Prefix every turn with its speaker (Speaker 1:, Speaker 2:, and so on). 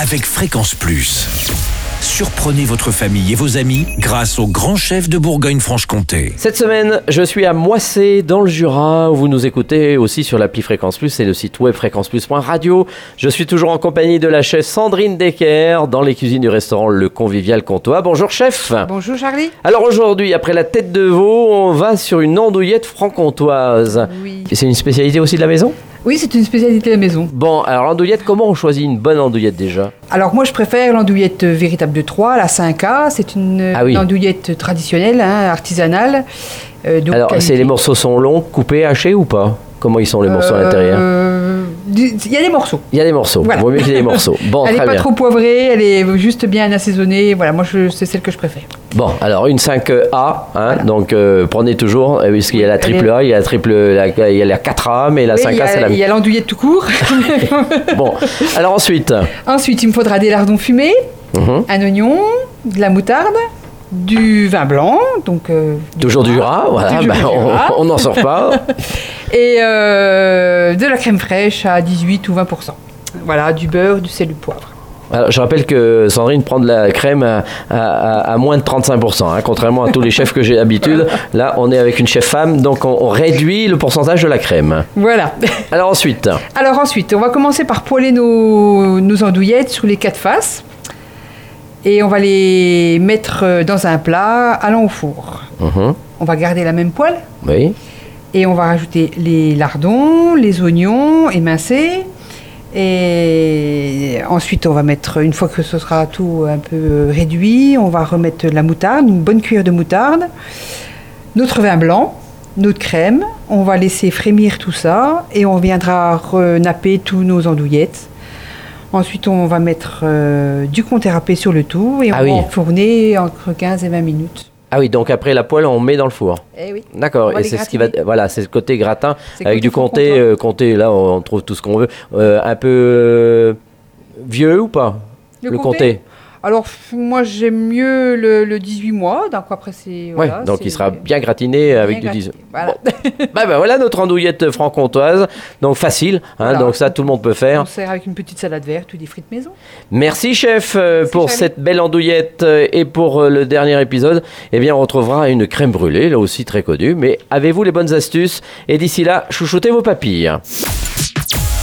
Speaker 1: avec Fréquence Plus. Surprenez votre famille et vos amis grâce au grand chef de Bourgogne-Franche-Comté.
Speaker 2: Cette semaine, je suis à Moissé, dans le Jura, où vous nous écoutez aussi sur l'appli Fréquence Plus et le site web fréquenceplus.radio. Je suis toujours en compagnie de la chef Sandrine Decker dans les cuisines du restaurant Le Convivial Comtois. Bonjour chef
Speaker 3: Bonjour Charlie.
Speaker 2: Alors aujourd'hui, après la tête de veau, on va sur une andouillette franc-comtoise.
Speaker 3: Oui.
Speaker 2: C'est une spécialité aussi de la maison
Speaker 3: Oui, c'est une spécialité de la maison.
Speaker 2: Bon, alors l'andouillette, comment on choisit une bonne andouillette déjà
Speaker 3: Alors moi, je préfère l'andouillette véritable de Troyes, la 5A. C'est une euh,
Speaker 2: Ah oui.
Speaker 3: andouillette traditionnelle, hein, artisanale. euh, donc
Speaker 2: Alors, c'est
Speaker 3: qualité.
Speaker 2: les morceaux sont longs, coupés, hachés ou pas Comment ils sont les morceaux à l'intérieur
Speaker 3: Euh, du- Il y a des morceaux.
Speaker 2: Il y a des morceaux.
Speaker 3: Voilà.
Speaker 2: Vaut mieux qu'il y ait des morceaux. Bon,
Speaker 3: elle n'est
Speaker 2: Oh, très
Speaker 3: pas
Speaker 2: bien.
Speaker 3: trop poivrée, elle est juste bien assaisonnée. Voilà, moi, je- c'est celle que je préfère.
Speaker 2: Bon, alors une 5A, hein, donc euh, prenez toujours, euh, puisqu'il y a la triple A, il y a la triple, la- il y a la 4A, mais la
Speaker 3: Oui, il y
Speaker 2: 5A, c'est
Speaker 3: a-
Speaker 2: la
Speaker 3: il y a l'andouillette tout court.
Speaker 2: Bon, alors ensuite,
Speaker 3: Ensuite, il me faudra des lardons fumés,
Speaker 2: Mhm.
Speaker 3: un oignon, de la moutarde, du vin blanc, donc euh,
Speaker 2: toujours du Jura, voilà,
Speaker 3: Toujours
Speaker 2: bah,
Speaker 3: du Jura.
Speaker 2: on n'en sort pas.
Speaker 3: et euh, de la crème fraîche à 18 ou 20%. Voilà, du beurre, du sel, du poivre.
Speaker 2: Alors, je rappelle que Sandrine prend de la crème à, à- à- à moins de 35%, hein, contrairement à tous les chefs que j'ai d'habitude. Là, on est avec une chef femme, donc on, on réduit le pourcentage de la crème.
Speaker 3: Voilà.
Speaker 2: Alors ensuite,
Speaker 3: Alors ensuite, on va commencer par poêler nos, nos andouillettes sous les quatre faces. Et on va les mettre euh, dans un plat allant au four.
Speaker 2: mhm,
Speaker 3: On va garder la même poêle
Speaker 2: oui,
Speaker 3: Et on va rajouter les lardons, les oignons émincés. Et ensuite, on va mettre, une fois que ce sera tout un peu réduit, on va remettre de la moutarde, une bonne cuillère de moutarde, notre vin blanc, notre crème. On va laisser frémir tout ça et on viendra renapper tous nos andouillettes. Ensuite, on va mettre euh, du comté râpé sur le tout et on
Speaker 2: Ah oui.
Speaker 3: va enfourner entre 15 et 20 minutes.
Speaker 2: ah oui, donc après la poêle, on met dans le four.
Speaker 3: Eh oui. On
Speaker 2: D'accord,
Speaker 3: va
Speaker 2: et
Speaker 3: les
Speaker 2: c'est ce qui va,
Speaker 3: gratiner.
Speaker 2: voilà, c'est le côté gratin
Speaker 3: C'est
Speaker 2: avec
Speaker 3: côté
Speaker 2: du
Speaker 3: fond
Speaker 2: comté,
Speaker 3: comtois.
Speaker 2: euh, comté. Là, on on trouve tout ce qu'on veut. Euh, un peu euh, vieux ou pas
Speaker 3: Le comté Alors, f- moi, j'aime mieux le, le 18 mois, donc après, c'est.
Speaker 2: Ouais,
Speaker 3: voilà,
Speaker 2: donc
Speaker 3: c'est-
Speaker 2: il sera bien gratiné
Speaker 3: bien
Speaker 2: avec du
Speaker 3: gratiné.
Speaker 2: 10.
Speaker 3: Voilà.
Speaker 2: Bah, bah, voilà notre andouillette franc-comtoise, donc facile, hein,
Speaker 3: Voilà.
Speaker 2: donc ça tout le monde peut faire.
Speaker 3: On sert avec une petite salade verte ou des frites maison.
Speaker 2: Merci chef euh, pour
Speaker 3: Charlie.
Speaker 2: cette belle andouillette euh, et pour euh, le dernier épisode. Eh bien, on retrouvera une crème brûlée, là aussi très connue. Mais avez-vous les bonnes astuces Et d'ici là, chouchoutez vos papilles.